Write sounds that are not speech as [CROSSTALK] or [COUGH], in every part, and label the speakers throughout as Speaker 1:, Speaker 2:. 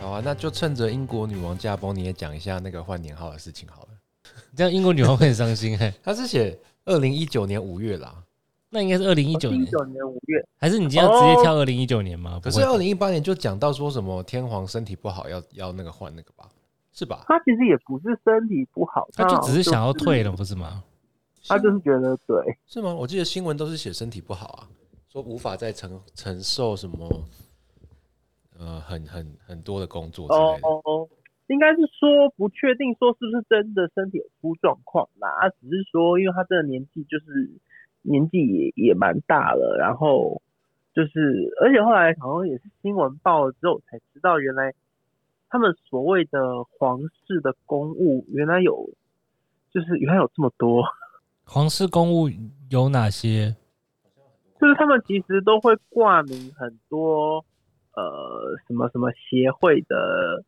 Speaker 1: 啊那就趁着英国女王驾崩，你也讲一下那个换年号的事情好了。
Speaker 2: 这样英国女王会很伤 [LAUGHS] 心哎、
Speaker 1: 他是写二零一九年五月啦，
Speaker 2: 那应该是二零一九
Speaker 3: 哦一
Speaker 2: 年，
Speaker 3: 九年五月，
Speaker 2: 还是你今天要直接哦跳二零一九年吗？
Speaker 1: 可
Speaker 2: 不
Speaker 1: 是
Speaker 2: 会
Speaker 1: 二零一八年就讲到说什么天皇身体不好要要那个换那个吧，是吧？
Speaker 3: 他其实也不是身体不好，
Speaker 2: 他就
Speaker 3: 好
Speaker 2: 只
Speaker 3: 像
Speaker 2: 是想要
Speaker 3: 就是
Speaker 2: 退了，不是吗？
Speaker 3: 他就是觉得对，
Speaker 1: 是吗？我记得新闻都是写身体不好啊，说无法再承承受什么，呃，很很很多的工作之
Speaker 3: 哦
Speaker 1: 类的。
Speaker 3: 哦，应该是说不确定说是不是真的身体有出状况啦，啊只是说因为他这个年纪就是年纪也也蛮大了，然后就是而且后来好像也是新闻报了之后才知道，原来他们所谓的皇室的公务原来有就是原来有这么多。
Speaker 2: 皇室公务有哪些？
Speaker 3: 就是他们其实都会挂名很多呃什么什么协会的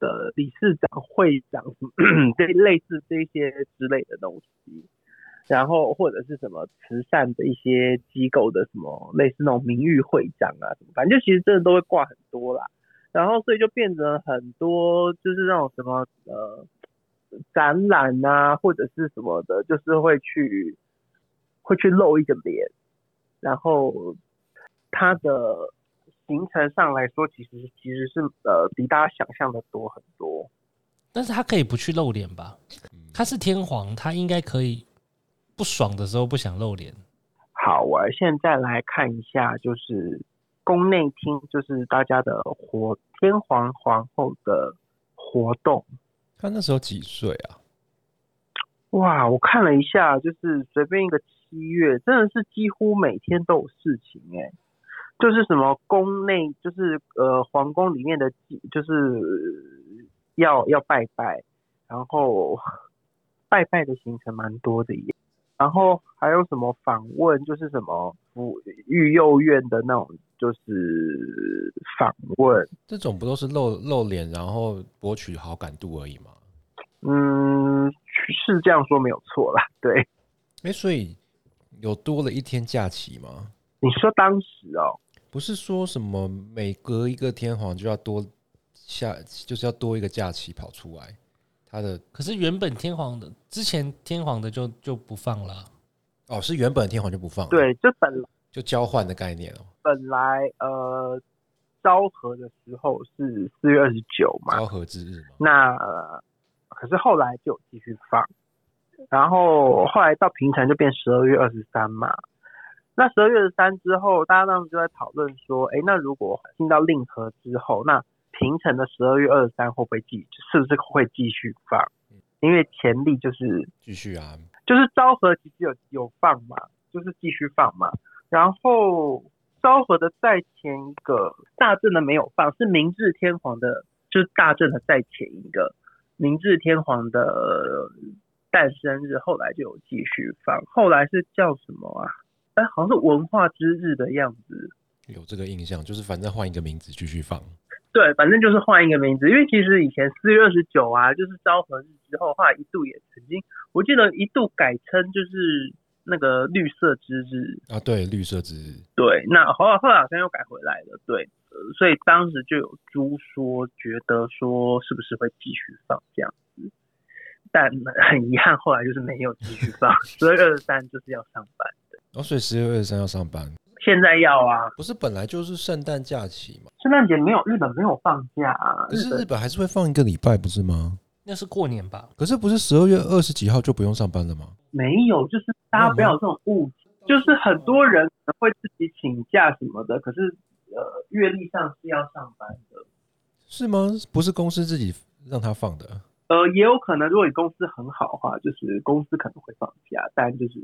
Speaker 3: 的理事长、会长什么 [COUGHS] 这类似这些之类的东西，然后或者是什么慈善的一些机构的什么类似那种名誉会长啊什么，反正就其实真的都会挂很多啦。然后所以就变成很多就是那种什么呃展览啊或者是什么的，就是会去会去露一个脸。然后它的行程上来说，其实其实是呃比大家想象的多很多。
Speaker 2: 但是他可以不去露脸吧？
Speaker 1: 嗯
Speaker 2: 他是天皇，他应该可以不爽的时候不想露脸。
Speaker 3: 好，我现在来看一下，就是宫内厅，就是大家的活天皇皇后的活动。
Speaker 1: 他那时候几岁啊？
Speaker 3: 哇，我看了一下，就是随便一个七月，真的是几乎每天都有事情哎、就是什么宫内，就是呃皇宫里面的祭，就是呃要要拜拜，然后拜拜的行程蛮多的耶，然后还有什么访问，就是什么福育幼院的那种，就是访问，
Speaker 1: 这种不都是露露脸，然后博取好感度而已吗？
Speaker 3: 嗯，是这样说没有错啦，对，
Speaker 1: 诶，所以有多了一天假期吗？
Speaker 3: 你说当时哦。
Speaker 1: 不是说什么每隔一个天皇就要多下，就是要多一个假期跑出来。他的
Speaker 2: 可是原本天皇的，之前天皇的就就不放了啊。
Speaker 1: 哦，是原本的天皇就不放了，
Speaker 3: 对，，这本来
Speaker 1: 就交换的概念哦，
Speaker 3: 本来呃昭和的时候是四月二十九嘛，
Speaker 1: 交合之日嘛。
Speaker 3: 那、呃可是后来就有继续放，然后后来到平成就变十二月二十三嘛。那十二月二十三之后，大家当时就在讨论说，诶，那如果进到令和之后，那平成的十二月二十三会不会继，是不是会继续放？因为前例就是
Speaker 1: 继续啊，
Speaker 3: 就是昭和其实有有放嘛，就是继续放嘛。然后昭和的在前一个大正的没有放，是明治天皇的，就是大正的在前一个明治天皇的呃诞生日，后来就有继续放，后来是叫什么啊？哎，好像是文化之日的样子。
Speaker 1: 有这个印象，就是反正换一个名字继续放。
Speaker 3: 对，反正就是换一个名字，因为其实以前四月二十九啊，就是昭和日之后，后来一度也曾经，我记得一度改称就是那个绿色之日，
Speaker 1: 啊，对，绿色之日，
Speaker 3: 对，那后来后来好像又改回来了，对，呃所以当时就有猪说，觉得说是不是会继续放这样子，但很遗憾，后来就是没有继续放，所以二十三就是要上班，
Speaker 1: 哦，所以十月二十三要上班，
Speaker 3: 现在要啊，
Speaker 1: 不是本来就是圣诞假期嘛？
Speaker 3: 圣诞节没有日本没有放假、啊，
Speaker 1: 可是
Speaker 3: 日
Speaker 1: 日
Speaker 3: 本
Speaker 1: 本还是会放一个礼拜，不是吗？
Speaker 2: 那是过年吧？
Speaker 1: 可是不是十二月二十几号就不用上班了吗？
Speaker 3: 没有，就是大家
Speaker 1: 嗯
Speaker 3: 不要有这种误解，就是很多人可能会自己请假什么的，可是呃月历上是要上班的。
Speaker 1: 是吗？不是公司自己让他放的，
Speaker 3: 呃，也有可能，如果你公司很好的话，就是公司可能会放假，但就是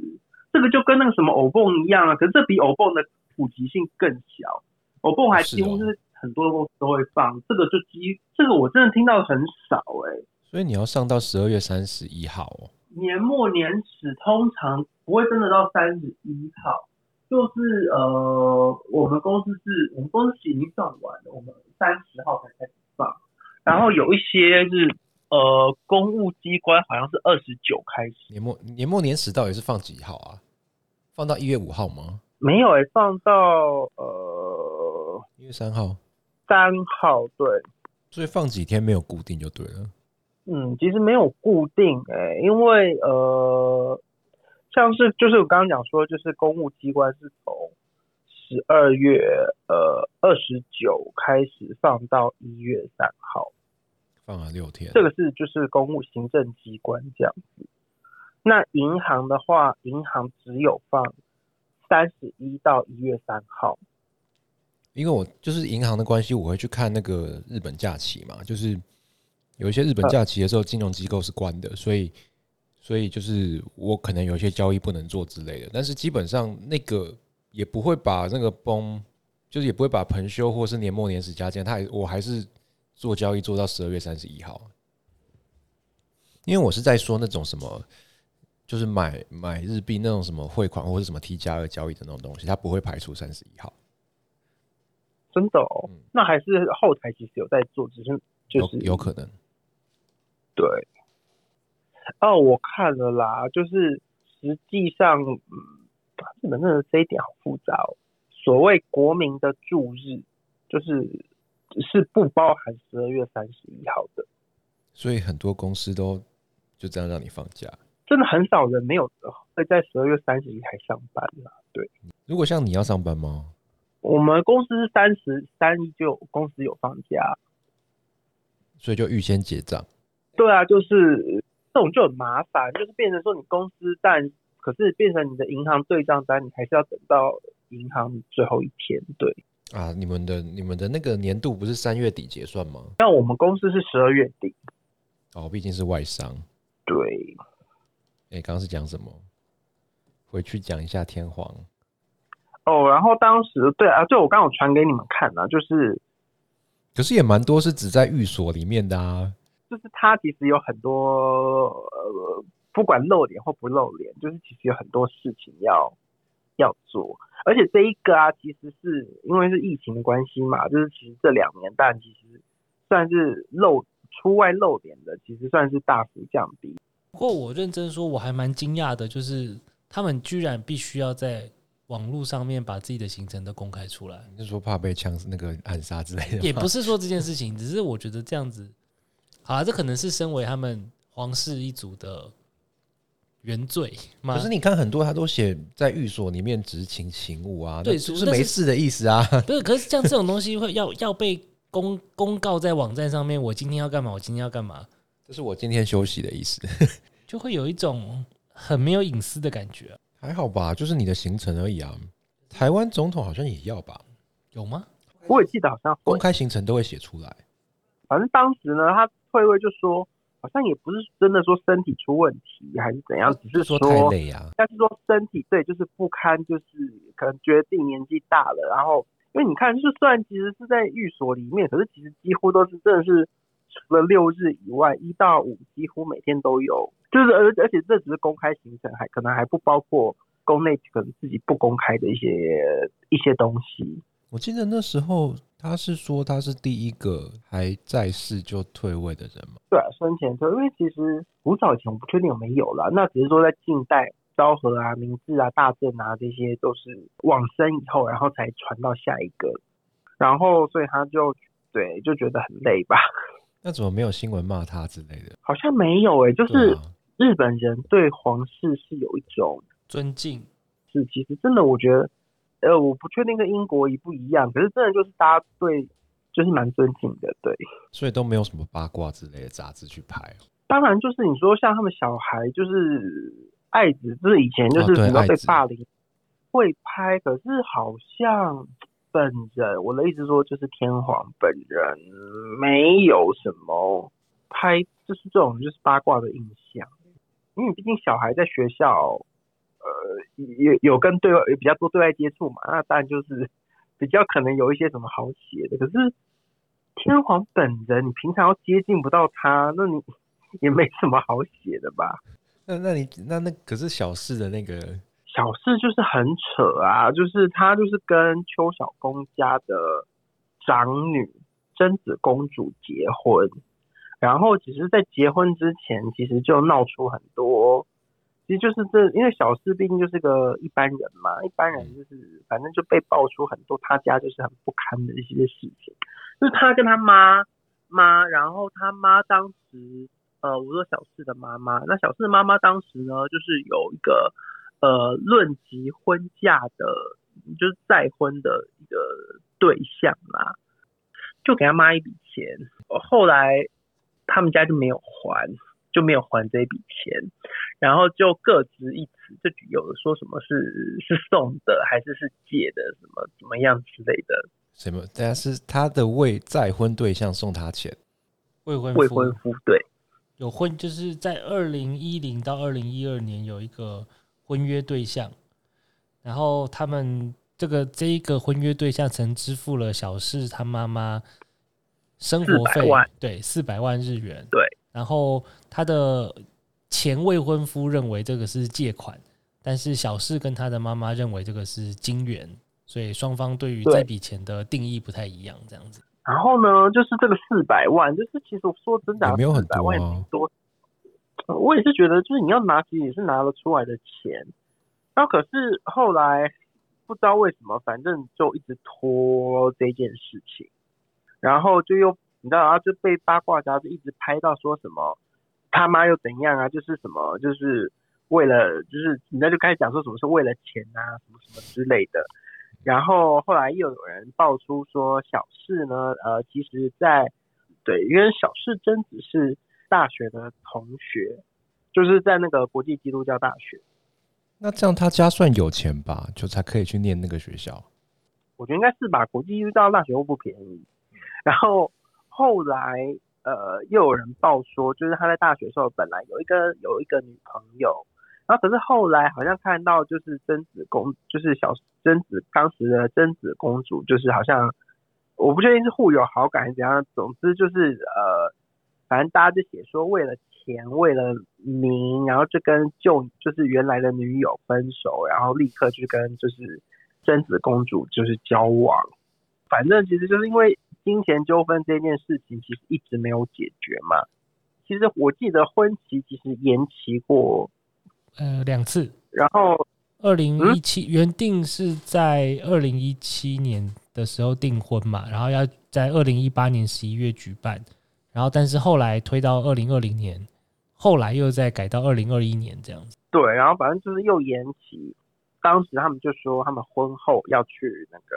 Speaker 3: 这个就跟那个什么欧蹦一样啊，可是这比欧蹦的普及性更小，欧蹦还
Speaker 1: 是
Speaker 3: 几乎
Speaker 1: 哦
Speaker 3: 是很多公司都会放，这个就几这个我真的听到很少哎、
Speaker 1: 所以你要上到十二月三十一号哦。
Speaker 3: 年末年始通常不会真的到三十一号，就是呃，我们公司是我们公司已经算完了，我们三十号才开始放，然后有一些是呃公务机关好像是二十九开始，
Speaker 1: 年末年末年始到底是放几号啊？放到一月五号吗？
Speaker 3: 没有诶、欸放到呃呃
Speaker 1: 一月三号？
Speaker 3: 三号对，
Speaker 1: 所以放几天没有固定就对了。
Speaker 3: 嗯，其实没有固定诶、因为呃，像是就是我刚刚讲说，就是公务机关是从十二月呃二十九开始放到一月三号，
Speaker 1: 放了六天，
Speaker 3: 这个是就是公务行政机关这样子。那银行的话，银行只有放三十一到一月三号。
Speaker 1: 因为我就是银行的关系，我会去看那个日本假期嘛，就是有一些
Speaker 3: 嗯
Speaker 1: 日本假期的时候，金融机构是关的，所以所以就是我可能有一些交易不能做之类的，但是基本上那个也不会把那个崩，就是也不会把盆休或是年末年始加减，它还我还是做交易做到十二月三十一号，因为我是在说那种什么。就是买买日币那种什么汇款或者什么 T 加二交易的那种东西，它不会排除三十一号。
Speaker 3: 真的哦，那还是后台其实有在做，只是就是
Speaker 1: 嗯有有可能，
Speaker 3: 对。哦，我看了啦，就是实际上，嗯，日本真的这一点好复杂哦。所谓国民的驻日，就是是不包含十二月三十一号的，
Speaker 1: 所以很多公司都就这样让你放假。
Speaker 3: 真的很少人没有会在十二月三十一还上班啦。对，
Speaker 1: 如果像你要上班吗？
Speaker 3: 我们公司是三十三一就公司有放假，
Speaker 1: 所以就预先结账，
Speaker 3: 对啊，就是这种就很麻烦，就是变成说你公司但可是变成你的银行对账单，你还是要等到银行最后一天。对，
Speaker 1: 啊！你们的你们的那个年度不是三月底结算吗？
Speaker 3: 那我们公司是十二月底。
Speaker 1: 哦，毕竟是外商。
Speaker 3: 对，
Speaker 1: 哎、刚刚是讲什么？回去讲一下天皇。
Speaker 3: 哦，然后当时对啊，对我刚好传给你们看了、就是
Speaker 1: 可是也蛮多是只在寓所里面的啊。
Speaker 3: 就是它其实有很多呃，不管露脸或不露脸，就是其实有很多事情要要做，而且这一个啊，其实是因为是疫情的关系嘛，就是其实这两年，但其实算是露出外露脸的，其实算是大幅降低。
Speaker 2: 不过我认真说，我还蛮惊讶的，就是他们居然必须要在网络上面把自己的行程都公开出来，
Speaker 1: 你是说怕被枪那个暗杀之类的吗？
Speaker 2: [LAUGHS] 也不是说这件事情，只是我觉得这样子，好啦，这可能是身为他们皇室一族的原罪吗？
Speaker 1: 可是你看很多他都写在寓所里面执勤勤务啊，
Speaker 2: 对
Speaker 1: 那就
Speaker 2: 那
Speaker 1: 是
Speaker 2: 是
Speaker 1: 没事的意思啊。
Speaker 2: 不是，可是像这种东西会要要被公公告在网站上面，我今天要干嘛，我今天要干嘛，
Speaker 1: 这是我今天休息的意思，
Speaker 2: 就会有一种很没有隐私的感觉啊、
Speaker 1: 还好吧？就是你的行程而已啊。台湾总统好像也要吧，
Speaker 2: 有吗？
Speaker 3: 我也记得好像
Speaker 1: 公开行程都会写出来。
Speaker 3: 反正当时呢，他退位就说，好像也不是真的说身体出问题还是怎样，只是
Speaker 1: 说
Speaker 3: 说，
Speaker 1: 太累啊，
Speaker 3: 但是说身体对，就是不堪，就是可能觉得自己年纪大了，然后因为你看，就虽然其实是在寓所里面，可是其实几乎都是真的是除了六日以外，一到五几乎每天都有，就是而而且这只是公开行程，还可能还不包括宫内可能自己不公开的一些一些东西。
Speaker 1: 我记得那时候他是说他是第一个还在世就退位的人嘛，
Speaker 3: 对、啊，生前车，因为其实古早以前我不确定有没有啦，那只是说在近代昭和啊、明治啊、大正啊这些都是往生以后，然后才传到下一个，然后所以他就对就觉得很累吧，
Speaker 1: 那怎么没有新闻骂他之类的？
Speaker 3: 好像没有诶、就
Speaker 1: 对
Speaker 3: 是
Speaker 1: 啊，
Speaker 3: 日本人对皇室是有一种
Speaker 2: 尊敬，
Speaker 3: 是其实真的我觉得，呃，我不确定跟英国一不一样，可是真的就是大家对就是蛮尊敬的，对。
Speaker 1: 所以都没有什么八卦之类的杂志去拍哦、
Speaker 3: 当然，就是你说像他们小孩，就是爱子，就是以前就
Speaker 1: 哦
Speaker 3: 是
Speaker 1: 对
Speaker 3: 比较
Speaker 1: 爱
Speaker 3: 被
Speaker 1: 子
Speaker 3: 霸凌，会拍，可是好像本人，我的意思说就是天皇本人没有什么拍，就是这种就是八卦的印象，因为毕竟小孩在学校，呃，有有跟对外有比较多对外接触嘛，那当然就是比较可能有一些什么好写的，可是。天皇本人，你平常要接近不到他，那你 [LAUGHS] 也没什么好写的吧？
Speaker 1: 那那你那那可是小事的那个，
Speaker 3: 小四就是很扯啊，就是她就是跟邱小公家的长女贞子公主结婚，然后只是在结婚之前，其实就闹出很多，其实就是这，因为小四毕竟就是个一般人嘛，一般人就是反正就被爆出很多他家就是很不堪的一些事情，就是他跟他妈。妈，然后他妈当时呃，我说小四的妈妈，那小四的妈妈当时呢，就是有一个呃论及婚嫁的，就是再婚的一个对象啦，就给他妈一笔钱，呃后来他们家就没有还，就没有还这一笔钱，然后就各执一词，就有的说什么是是送的，还是是借的，什么怎么样之类的，
Speaker 1: 什么？但是他的未再婚对象送他钱，
Speaker 2: 未婚
Speaker 3: 未
Speaker 2: 夫
Speaker 3: 婚夫对。
Speaker 2: 有婚，就是在二零一零到二零一二年有一个婚约对象，然后他们这个这一个婚约对象曾支付了小四他妈妈生活
Speaker 3: 400
Speaker 2: 费
Speaker 3: 万，
Speaker 2: 对，四百万日元，
Speaker 3: 对，
Speaker 2: 然后他的前未婚夫认为这个是借款，但是小四跟他的妈妈认为这个是金元，所以双方对于
Speaker 3: 对
Speaker 2: 这笔钱的定义不太一样，这样子。
Speaker 3: 然后呢，就是这个四百万，就是其实说真的啊，
Speaker 1: 也没有很
Speaker 3: 400
Speaker 1: 多
Speaker 3: 万也
Speaker 1: 啊
Speaker 3: 挺多。呃我也是觉得，就是你要拿，其实也是拿得出来的钱。然后可是后来不知道为什么，反正就一直拖这件事情，然后就又你知道啊，就被八卦杂志一直拍到说什么他妈又怎样啊，就是什么就是为了就是人家就开始讲说什么是为了钱啊，什么什么之类的。然后后来又有人爆出说小四呢，呃，其实在对，因为小四真子是大学的同学，就是在那个国际基督教大学，
Speaker 1: 那这样他家算有钱吧，就才可以去念那个学校。
Speaker 3: 我觉得应该是吧，国际基督教大学又不便宜。然后后来呃，又有人爆说，就是他在大学的时候本来有一个有一个女朋友，然后可是后来好像看到就是贞子公，就是小贞子当时的贞子公主，就是好像我不确定是互有好感还是怎样，总之就是呃，反正大家就写说为了。钱为了名，然后就跟旧就是原来的女友分手，然后立刻去跟就是贞子公主就是交往。反正其实就是因为金钱纠纷这件事情，其实一直没有解决嘛。其实我记得婚期其实延期过，
Speaker 2: 呃，两次，
Speaker 3: 然后
Speaker 2: 二零一七原定是在二零一七年的时候订婚嘛，然后要在二零一八年十一月举办，然后但是后来推到二零二零年，后来又再改到二零二一年这样子。
Speaker 3: 对，然后反正就是又延期。当时他们就说他们婚后要去那个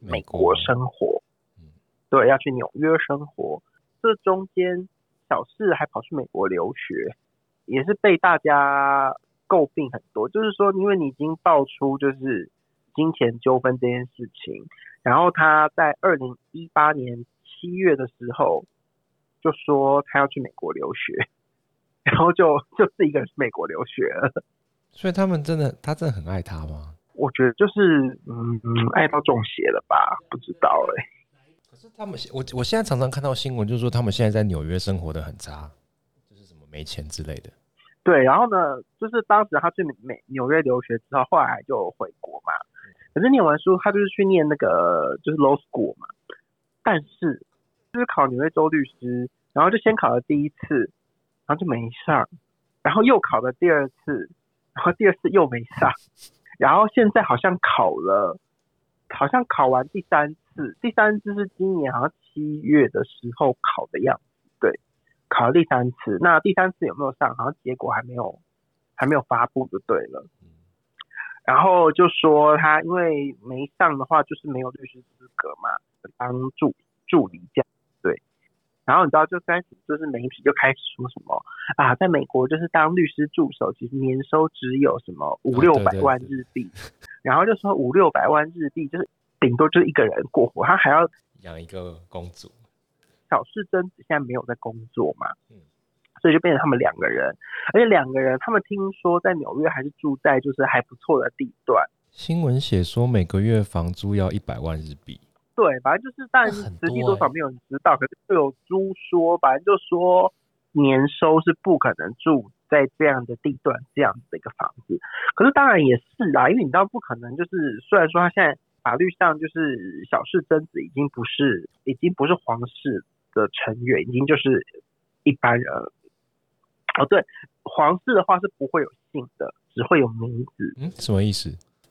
Speaker 3: 美国生活
Speaker 1: 美国嗯，
Speaker 3: 对，要去纽约生活。这中间小四还跑去美国留学，也是被大家诟病很多，就是说因为你已经爆出就是金钱纠纷这件事情，然后他在二零一八年七月的时候就说他要去美国留学，然后就就自己一个人去美国留学了。
Speaker 1: 所以他们真的，他真的很爱他吗？
Speaker 3: 我觉得就是嗯，嗯爱到中邪了吧？不知道哎、
Speaker 1: 可是他们，我我现在常常看到新闻，就是说他们现在在纽约生活的很差，就是什么没钱之类的。
Speaker 3: 对，然后呢，就是当时他去美纽约留学之后，后来就回国嘛。可是念完书，他就是去念那个就是 law school 嘛，但是就是考纽约州律师，然后就先考了第一次，然后就没上，然后又考了第二次，然后第二次又没上，然后现在好像考了，好像考完第三次，第三次是今年好像七月的时候考的样子，对，考了第三次，那第三次有没有上？好像结果还没有，还没有发布就对了。
Speaker 1: 嗯
Speaker 3: 然后就说他因为没上的话，就是没有律师资格嘛，当助助理这样对。然后你知道，就开始就是媒体就开始说什么啊，在美国就是当律师助手，其实年收只有什么五
Speaker 1: 啊对
Speaker 3: 六
Speaker 1: 对
Speaker 3: 百万
Speaker 1: 对
Speaker 3: 日币，然后就说五六百万日币就是顶多就是一个人过活，他还要
Speaker 1: 养一个公主，
Speaker 3: 小世真子现在没有在工作嘛，
Speaker 1: 嗯
Speaker 3: 所以就变成他们两个人，而且两个人他们听说在纽约还是住在就是还不错的地段，
Speaker 1: 新闻写说每个月房租要一百万日币，
Speaker 3: 对，反正就是，但
Speaker 2: 那
Speaker 3: 实
Speaker 2: 很
Speaker 3: 际
Speaker 2: 多
Speaker 3: 多
Speaker 2: 欸
Speaker 3: 少没有人知道，可是就有猪说，反正就说年收是不可能住在这样的地段这样子的一个房子。可是当然也是啊啦，因为你知道不可能，就是虽然说他现在法律上就是小氏贞子已经不是已经不是皇室的成员，已经就是一般人。哦，对，皇室的话是不会有姓的，只会有名字。
Speaker 1: 嗯，什么意思？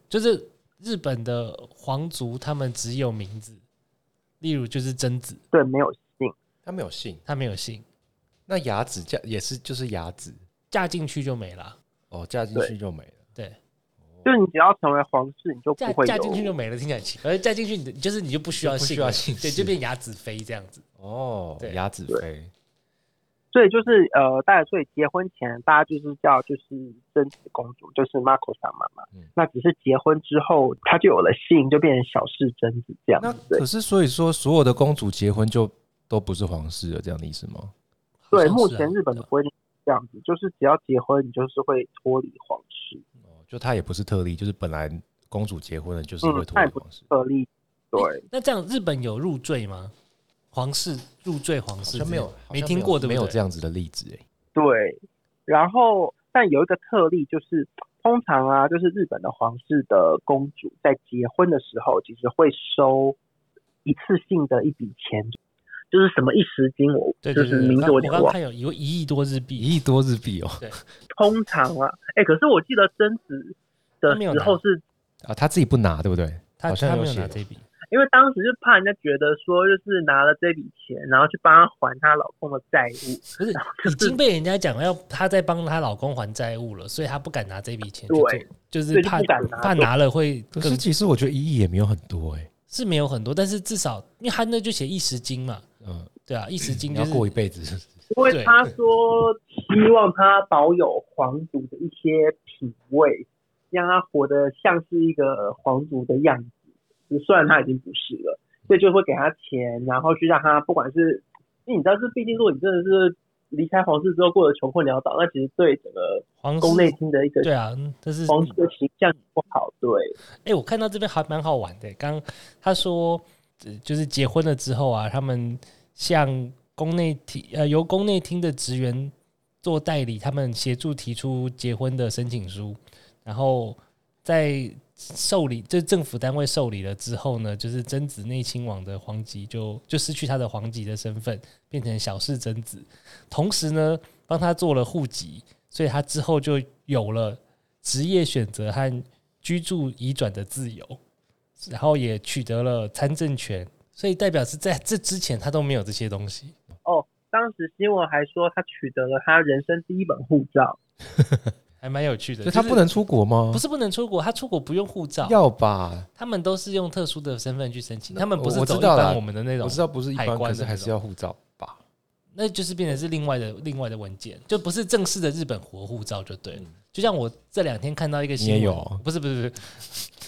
Speaker 2: 就是日本的皇族他们只有名字，例如就是贞子，
Speaker 3: 对，没有姓。
Speaker 1: 他没有姓，
Speaker 2: 他没有姓，
Speaker 1: 那牙子嫁也是就是牙子
Speaker 2: 嫁进去就没了。
Speaker 1: 哦，嫁进去就没了。
Speaker 2: 对，
Speaker 3: 就是你只要成为皇室，你就
Speaker 2: 嫁
Speaker 3: 不会
Speaker 2: 嫁进去
Speaker 3: 有。
Speaker 2: 就没了，听起来很奇怪。而嫁进去你的就是你就不需要
Speaker 1: 就不需
Speaker 2: 姓
Speaker 1: 要
Speaker 2: 了，
Speaker 1: 姓
Speaker 2: 对，
Speaker 1: 氏
Speaker 2: 就变雅子妃这样子。
Speaker 1: 哦，
Speaker 2: 对
Speaker 1: 牙子妃，
Speaker 3: 所以就是呃，大家所以结婚前大家就是叫就是贞子公主，就是 Marco 萨妈妈
Speaker 1: 嗯。
Speaker 3: 那只是结婚之后，她就有了姓，就变成小氏贞子这样
Speaker 1: 那
Speaker 3: 子。
Speaker 1: 可是所以说，所有的公主结婚就都不是皇室了，这样的意思吗？
Speaker 3: 对，
Speaker 2: 好像
Speaker 3: 目
Speaker 2: 是啊
Speaker 3: 前日本的规定是这样子，就是只要结婚，你就是会脱离皇室，
Speaker 1: 哦，就她也不是特例，就是本来公主结婚了就是
Speaker 3: 嗯
Speaker 1: 会脱
Speaker 3: 她也
Speaker 1: 离
Speaker 3: 不
Speaker 1: 皇室，
Speaker 3: 特例。对，
Speaker 2: 那这样日本有入赘吗？皇室入赘皇
Speaker 1: 好
Speaker 2: 室
Speaker 1: 像没有
Speaker 2: 之类的，
Speaker 1: 好像
Speaker 2: 没听过，对不
Speaker 1: 没
Speaker 2: 对？
Speaker 1: 有这样子的例子哎。
Speaker 3: 对，然后但有一个特例，就是通常啊，就是日本的皇室的公主在结婚的时候，其实会收一次性的一笔钱，就是什么一十金，我
Speaker 2: 对对
Speaker 3: 就
Speaker 2: 对
Speaker 3: 是
Speaker 2: 对，
Speaker 3: 名字有
Speaker 2: 我
Speaker 3: 点
Speaker 2: 刚我刚
Speaker 3: 忘。
Speaker 2: 看有有一亿多日币，
Speaker 1: 一亿多日币哦
Speaker 3: 通常啊，哎，可是我记得贞子的
Speaker 2: 她没有
Speaker 3: 时候
Speaker 2: 拿
Speaker 3: 是
Speaker 1: 啊，她自己不拿对不对？
Speaker 2: 他
Speaker 1: 好
Speaker 2: 他
Speaker 1: 像
Speaker 2: 没有
Speaker 1: 写
Speaker 2: 拿
Speaker 1: 哦
Speaker 2: 这笔，
Speaker 3: 因为当时是怕人家觉得说，就是拿了这笔钱，然后去帮她还她老公的债
Speaker 2: [LAUGHS]
Speaker 3: 务。
Speaker 2: 不
Speaker 3: [LAUGHS]
Speaker 2: 是已经被人家讲要她在帮她老公还债务了，所以她不敢拿这笔钱去做
Speaker 3: 对，
Speaker 2: 就是
Speaker 3: 所以就
Speaker 2: 怕
Speaker 3: 不敢拿
Speaker 2: 怕拿了会
Speaker 1: 可
Speaker 2: 更
Speaker 1: 是其实我觉得一亿也没有很多哎，
Speaker 2: 是没有很多，但是至少因为他那就写一十金嘛，
Speaker 1: 嗯，
Speaker 2: 对啊，一十金
Speaker 1: 你
Speaker 2: 就
Speaker 1: 要
Speaker 2: 是
Speaker 1: 过一辈子是不是
Speaker 3: 因为他说希望他保有皇族的一些品味，让他活得像是一个皇族的样子。虽然他已经不是了，所以就会给他钱，然后去让他不管是，因为你知道，这毕竟如果你真的是离开皇室之后过得穷困潦倒，那其实对整个
Speaker 2: 皇
Speaker 3: 宫内
Speaker 2: 室
Speaker 3: 厅的一个
Speaker 2: 对啊，但是
Speaker 3: 皇室的形象不好。对，
Speaker 2: 哎、我看到这边还蛮好玩的。刚他说，呃就是结婚了之后啊，他们向宫内厅呃由宫内厅的职员做代理，他们协助提出结婚的申请书，然后在受理就政府单位受理了之后呢，就是贞子内亲王的皇籍就就失去他的皇籍的身份，变成小氏贞子，同时呢帮他做了户籍，所以他之后就有了职业选择和居住移转的自由，然后也取得了参政权，所以代表是在这之前他都没有这些东西。
Speaker 3: 当时新闻还说他取得了他人生第一本护照。
Speaker 2: 还蛮有趣的，
Speaker 1: 所以她
Speaker 2: 就是
Speaker 1: 不能出国吗？
Speaker 2: 不是不能出国，他出国不用护照，
Speaker 1: 要吧？
Speaker 2: 他们都是用特殊的身份去申请，他们不是
Speaker 1: 我
Speaker 2: 走
Speaker 1: 知
Speaker 2: 一
Speaker 1: 道啦
Speaker 2: 般我们的那种，
Speaker 1: 我知道不是一
Speaker 2: 海
Speaker 1: 般，
Speaker 2: 关
Speaker 1: 可
Speaker 2: 的
Speaker 1: 是还是要护照吧？
Speaker 2: 那就是变成是另外的另外的文件，就不是正式的日本活护照就对了。就像我这两天看到一个新闻，
Speaker 1: 嗯你也有
Speaker 2: 不是不是不 [LAUGHS] 是，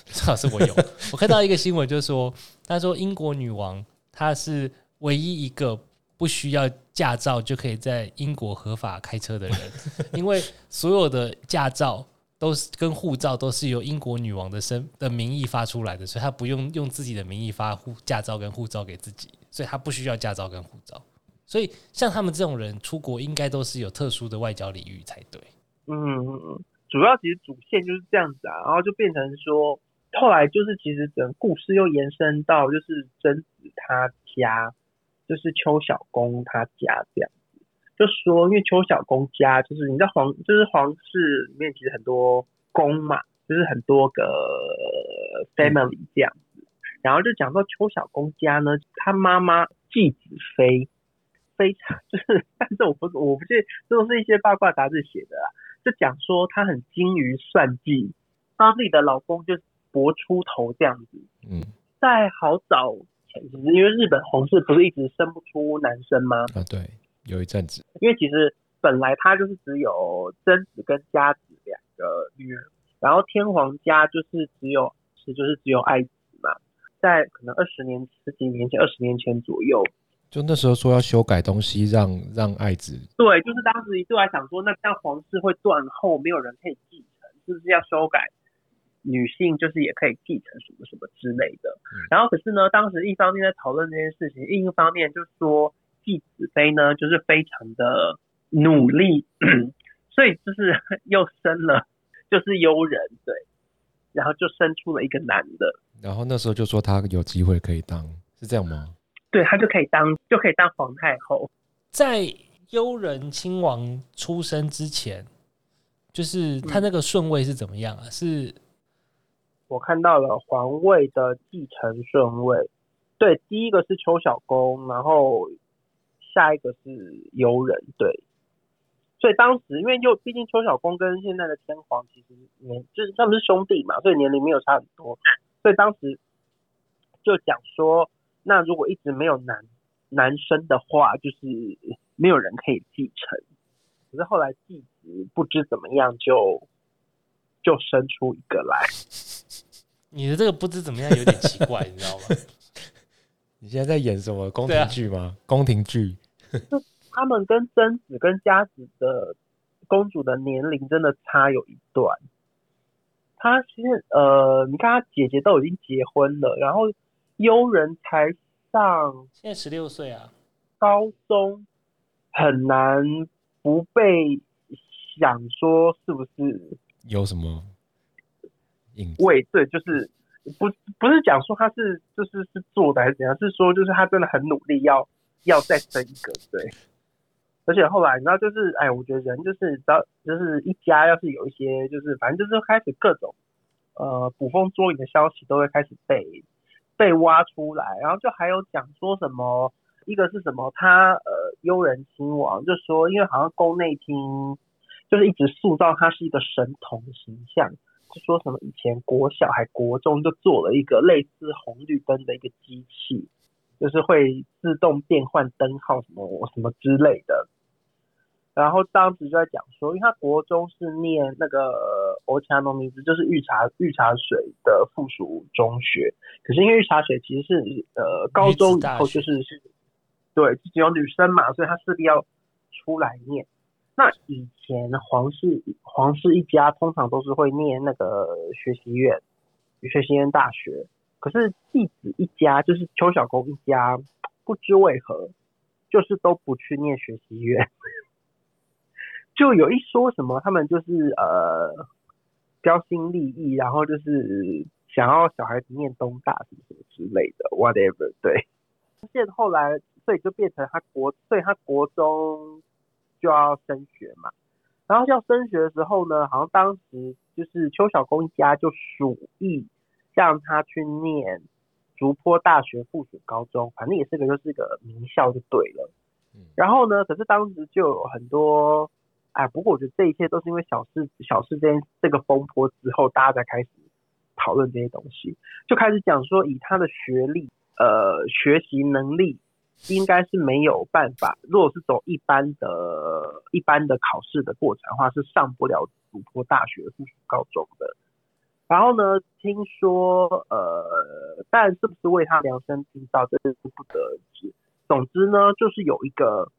Speaker 2: 最好是我有。我看到一个新闻，就是说，他说英国女王她是唯一一个不需要驾照就可以在英国合法开
Speaker 1: [LAUGHS]
Speaker 2: 车的人，因为所有的驾照都是跟护照都是由英国女王的身的名义发出来的，所以她不用用自己的名义发护驾照跟护照给自己，所以她不需要驾照跟护照。所以像他们这种人出国，应该都是有特殊的外交礼遇才对。
Speaker 3: 嗯，主要其实主线就是这样子啊，然后就变成说，后来就是其实整个故事又延伸到就是贞子她家，就是邱小公他家这样子，就说因为邱小公家就是你知道皇就是皇室里面其实很多宫嘛，就是很多个呃 family 这样子，然后就讲到邱小公家呢，他妈妈季子妃。非常就是，但是我不我不是，这都是一些八卦杂志写的啊。就讲说她很精于算计，帮自己的老公就是搏出头这样子。
Speaker 1: 嗯
Speaker 3: 在好早前，其实因为日本皇室不是一直生不出男生吗？
Speaker 1: 啊，对，有一阵子
Speaker 3: 因为其实本来他就是只有贞子跟佳子两个女儿，然后天皇家就是只有是就是只有爱子嘛。在可能二十年十几年前、二十年前左右，
Speaker 1: 就那时候说要修改东西，让让爱子
Speaker 3: 对，就是当时一度还想说，那这样皇室会断后，没有人可以继承，是不是要修改女性就是也可以继承什么什么之类的？
Speaker 1: 嗯
Speaker 3: 然后可是呢，当时一方面在讨论这件事情，另一方面就说季子妃呢就是非常的努力，所以就是 [LAUGHS] 又生了就是悠人对，然后就生出了一个男的，
Speaker 1: 然后那时候就说他有机会可以当，是这样吗？
Speaker 3: 对他就可以当就可以当皇太后。
Speaker 2: 在悠仁亲王出生之前，就是他那个顺位是怎么样啊？是
Speaker 3: 我看到了皇位的继承顺位，对，第一个是邱小公，然后下一个是游人，对。所以当时因为又毕竟邱小公跟现在的天皇其实年就是他们是兄弟嘛，所以年龄没有差很多，所以当时就讲说，那如果一直没有男男生的话，就是没有人可以继承。可是后来继子不知怎么样就就生出一个来，
Speaker 2: 你的这个不知怎么样有点奇怪，你知道吗？
Speaker 1: 你现在在演什么宫
Speaker 2: 对啊
Speaker 1: 廷剧吗？宫廷剧
Speaker 3: 他们跟贞子跟佳子的公主的年龄真的差有一段。她是呃，你看她姐姐都已经结婚了，然后悠人才上
Speaker 2: [LAUGHS] 现在十六岁啊，
Speaker 3: 高中，很难不被想说是不是
Speaker 1: 有什么影？
Speaker 3: 为对，就是不不是讲说他是就是是做的还是怎样，是说就是他真的很努力要要再生一个对。而且后来你知道就是哎，我觉得人就是只要就是一家要是有一些就是反正就是开始各种呃捕风捉影的消息都会开始被被挖出来，然后就还有讲说什么。一个是什么？他呃，幽人亲王就说，因为好像宫内厅就是一直塑造他是一个神童的形象，就说什么以前国小还国中就做了一个类似红绿灯的一个机器，就是会自动变换灯号什么什么之类的。然后当时就在讲说，因为他国中是念那个欧茶农名字，就是御茶御茶水的附属中学，可是因为御茶水其实是呃高中以后就是是，对，就只有女生嘛，所以他势必要出来念。那以前皇室皇室一家通常都是会念那个学习院，学习院大学。可是弟子一家，就是邱小公一家，不知为何，就是都不去念学习院。 [LAUGHS] 就有一说什么，他们就是呃标新立异，然后就是想要小孩子念东大什么什么之类的，whatever。对，现后来，所以就变成他国，所以他国中就要升学嘛。然后要升学的时候呢，好像当时就是邱小公一家就鼠疫让他去念竹坡大学附属高中，反正也是个就是个名校就对了。
Speaker 1: 嗯
Speaker 3: 然后呢，可是当时就有很多，哎，不过我觉得这一切都是因为小事小事这件这个风波之后，大家才开始讨论这些东西，就开始讲说以他的学历、呃学习能力，应该是没有办法，如果是走一般的一般的考试的过程的话，是上不了主坡大学附属高中的。然后呢，听说呃，但是不是为他量身定造，这是不得而知。总之呢，就是有一个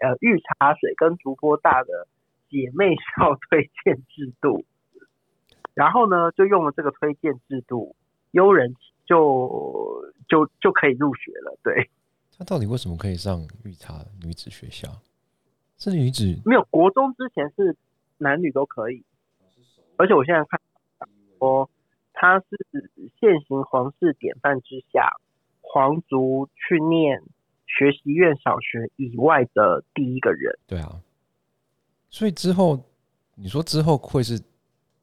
Speaker 3: 呃御茶水跟竹波大的姐妹校推荐制度，然后呢，就用了这个推荐制度，优人就就就可以入学了。对，
Speaker 1: 他到底为什么可以上御茶女子学校？是女子
Speaker 3: 没有国中之前是男女都可以，而且我现在看说他是现行皇室典范之下，皇族去念学习院小学以外的第一个人。
Speaker 1: 对啊，所以之后你说之后会是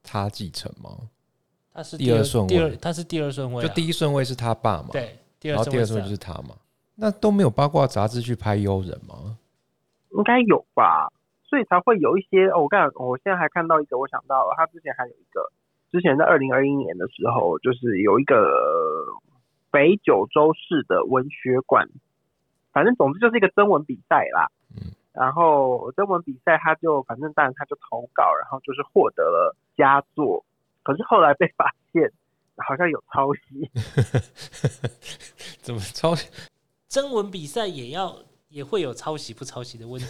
Speaker 1: 他继承吗？
Speaker 2: 他是
Speaker 1: 第二顺位
Speaker 2: 第二他是第二顺位啊、
Speaker 1: 就第一顺位是他爸嘛，，
Speaker 2: 对，第
Speaker 1: 然
Speaker 2: 二
Speaker 1: 后
Speaker 2: 顺
Speaker 1: 第
Speaker 2: 位
Speaker 1: 二顺位
Speaker 2: 他
Speaker 1: 就是他嘛，那都没有八卦杂志去拍优人吗？ [LAUGHS]
Speaker 3: 应该有吧，所以才会有一些。哦、我刚我现在还看到一个，我想到了，他之前还有一个，之前在二零二一年的时候，就是有一个呃北九州市的文学馆，反正总之就是一个征文比赛啦。
Speaker 1: 嗯。
Speaker 3: 然后征文比赛，他就反正当然他就投稿，然后就是获得了佳作，可是后来被发现好像有抄袭。
Speaker 1: 怎么抄
Speaker 2: 征文比赛也要也会有抄袭不抄袭的问题。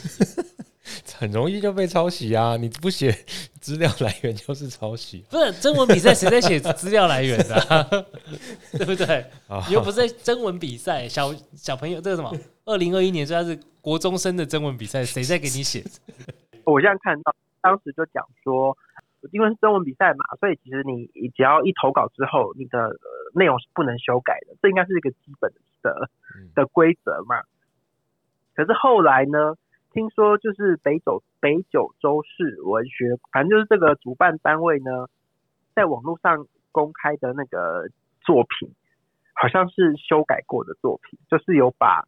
Speaker 1: 很容易就被抄袭啊！你不写资料来源就是抄袭
Speaker 2: 不是征文比赛，谁在写资料来源的啊、 [LAUGHS] 对不对？
Speaker 1: 啊！
Speaker 2: 你又不是在征文比赛，小小朋友这
Speaker 1: [LAUGHS]
Speaker 2: 个什么？二零二一年虽然是国中生的征文比赛，谁在给你
Speaker 1: [LAUGHS]
Speaker 2: 写？
Speaker 3: 哦我现在看到，当时就讲说，因为是中文比赛嘛，所以其实你只要一投稿之后，你的呃内容是不能修改的，这应该是一个基本的
Speaker 1: 嗯
Speaker 3: 的规则嘛。可是后来呢，听说就是北九北九州市文学，反正就是这个主办单位呢，在网络上公开的那个作品，好像是修改过的作品，就是有把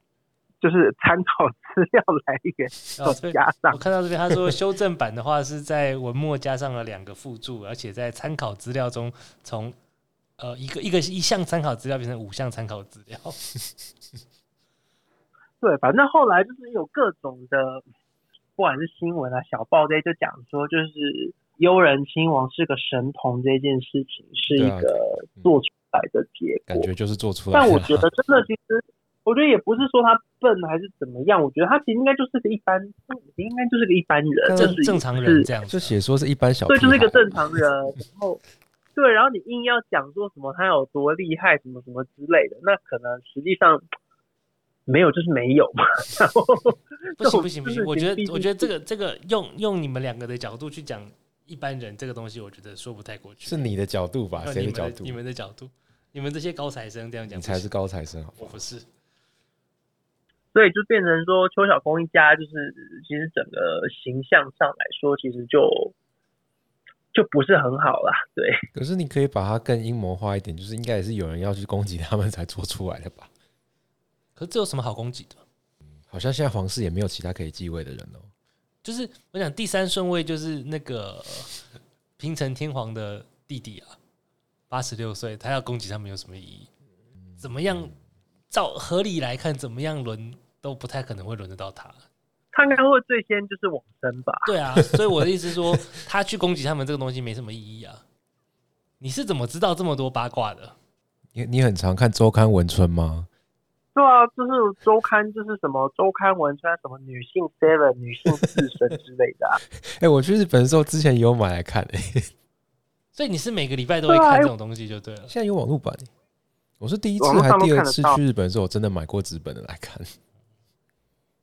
Speaker 3: 就是参考资料来源所
Speaker 2: 哦，对，
Speaker 3: 加上
Speaker 2: 我。看到这边他说修正版的话是在文末加上了两个附注，而且在参考资料中从呃一个一个是一项参考资料变成五项参考资料。
Speaker 3: 对，反正后来就是有各种的，不管是新闻啊、小报这些，就讲说就是幽人亲王是个神童这件事情是一
Speaker 1: 对啊
Speaker 3: 个
Speaker 1: 嗯
Speaker 3: 做出来的结
Speaker 1: [LAUGHS] 感
Speaker 3: 果。
Speaker 1: 觉就是做出来
Speaker 3: 但
Speaker 1: 了
Speaker 3: 我
Speaker 1: 啦。
Speaker 3: 觉得真的，其实我觉得也不是说他笨还是怎么样，我觉得他其实应该就是个一般，应该就是个一般人，就
Speaker 2: 正
Speaker 3: 是
Speaker 2: 正常人
Speaker 3: 是
Speaker 2: 这样
Speaker 1: [LAUGHS]
Speaker 2: 子
Speaker 1: 就
Speaker 2: 啊，
Speaker 1: 写说是一般小屁
Speaker 3: 对，
Speaker 1: 孩，
Speaker 3: 就是一个正常人。然后对，然后你硬要讲说什么他有多厉害，什么什么之类的，那可能实际上没有，就是没有嘛。然后
Speaker 2: 不行不行不
Speaker 3: 这
Speaker 2: 行，
Speaker 3: 种
Speaker 2: 我
Speaker 3: 事情
Speaker 2: 觉
Speaker 3: 毕
Speaker 2: 得
Speaker 3: 竟
Speaker 2: 我觉得这个这个用用你们两个的角度去讲一般人这个东西，我觉得说不太过去。
Speaker 1: 是你的角度吧？
Speaker 2: 呃
Speaker 1: 谁
Speaker 2: 你们
Speaker 1: 角度？
Speaker 2: 你们的角度，你们这些高材生这样讲
Speaker 1: 你
Speaker 2: 不
Speaker 1: 才
Speaker 2: 行，
Speaker 1: 是高材生，好不
Speaker 2: 我
Speaker 1: 好
Speaker 2: 不是。
Speaker 3: 所以就变成说，邱小公一家就是其实整个形象上来说，其实就就不是很好啦。对，
Speaker 1: 可是你可以把它更阴谋化一点，就是应该也是有人要去攻击他们才做出来的吧？
Speaker 2: 可是这有什么好攻击的？
Speaker 1: 好像现在皇室也没有其他可以继位的人哦。
Speaker 2: 就是我想第三顺位就是那个呃平成天皇的弟弟啊，八十六岁，他要攻击他们有什么意义？怎么样？照合理来看，怎么样轮都不太可能会轮得到他。
Speaker 3: 他应该会最先就是往生吧。
Speaker 2: 对啊，所以我的意思是说， [LAUGHS] 他去攻击他们这个东西没什么意义啊。你是怎么知道这么多八卦的？
Speaker 1: 你你很常看周刊文春吗？
Speaker 3: 对啊，就是周刊，就是什么周刊文穿什么女性 seven、女性四神之类的、啊。
Speaker 1: 哎、我去日本的时候之前也有买来看、欸，
Speaker 2: 所以你是每个礼拜都会
Speaker 3: 对啊
Speaker 2: 看这种东西就对了。
Speaker 1: 现在有网络版、欸。我是第一次
Speaker 3: 网络
Speaker 1: 还
Speaker 3: 上都
Speaker 1: 第二
Speaker 3: 看得
Speaker 1: 次
Speaker 3: 到
Speaker 1: 去日本的时候，我真的买过纸本的来看。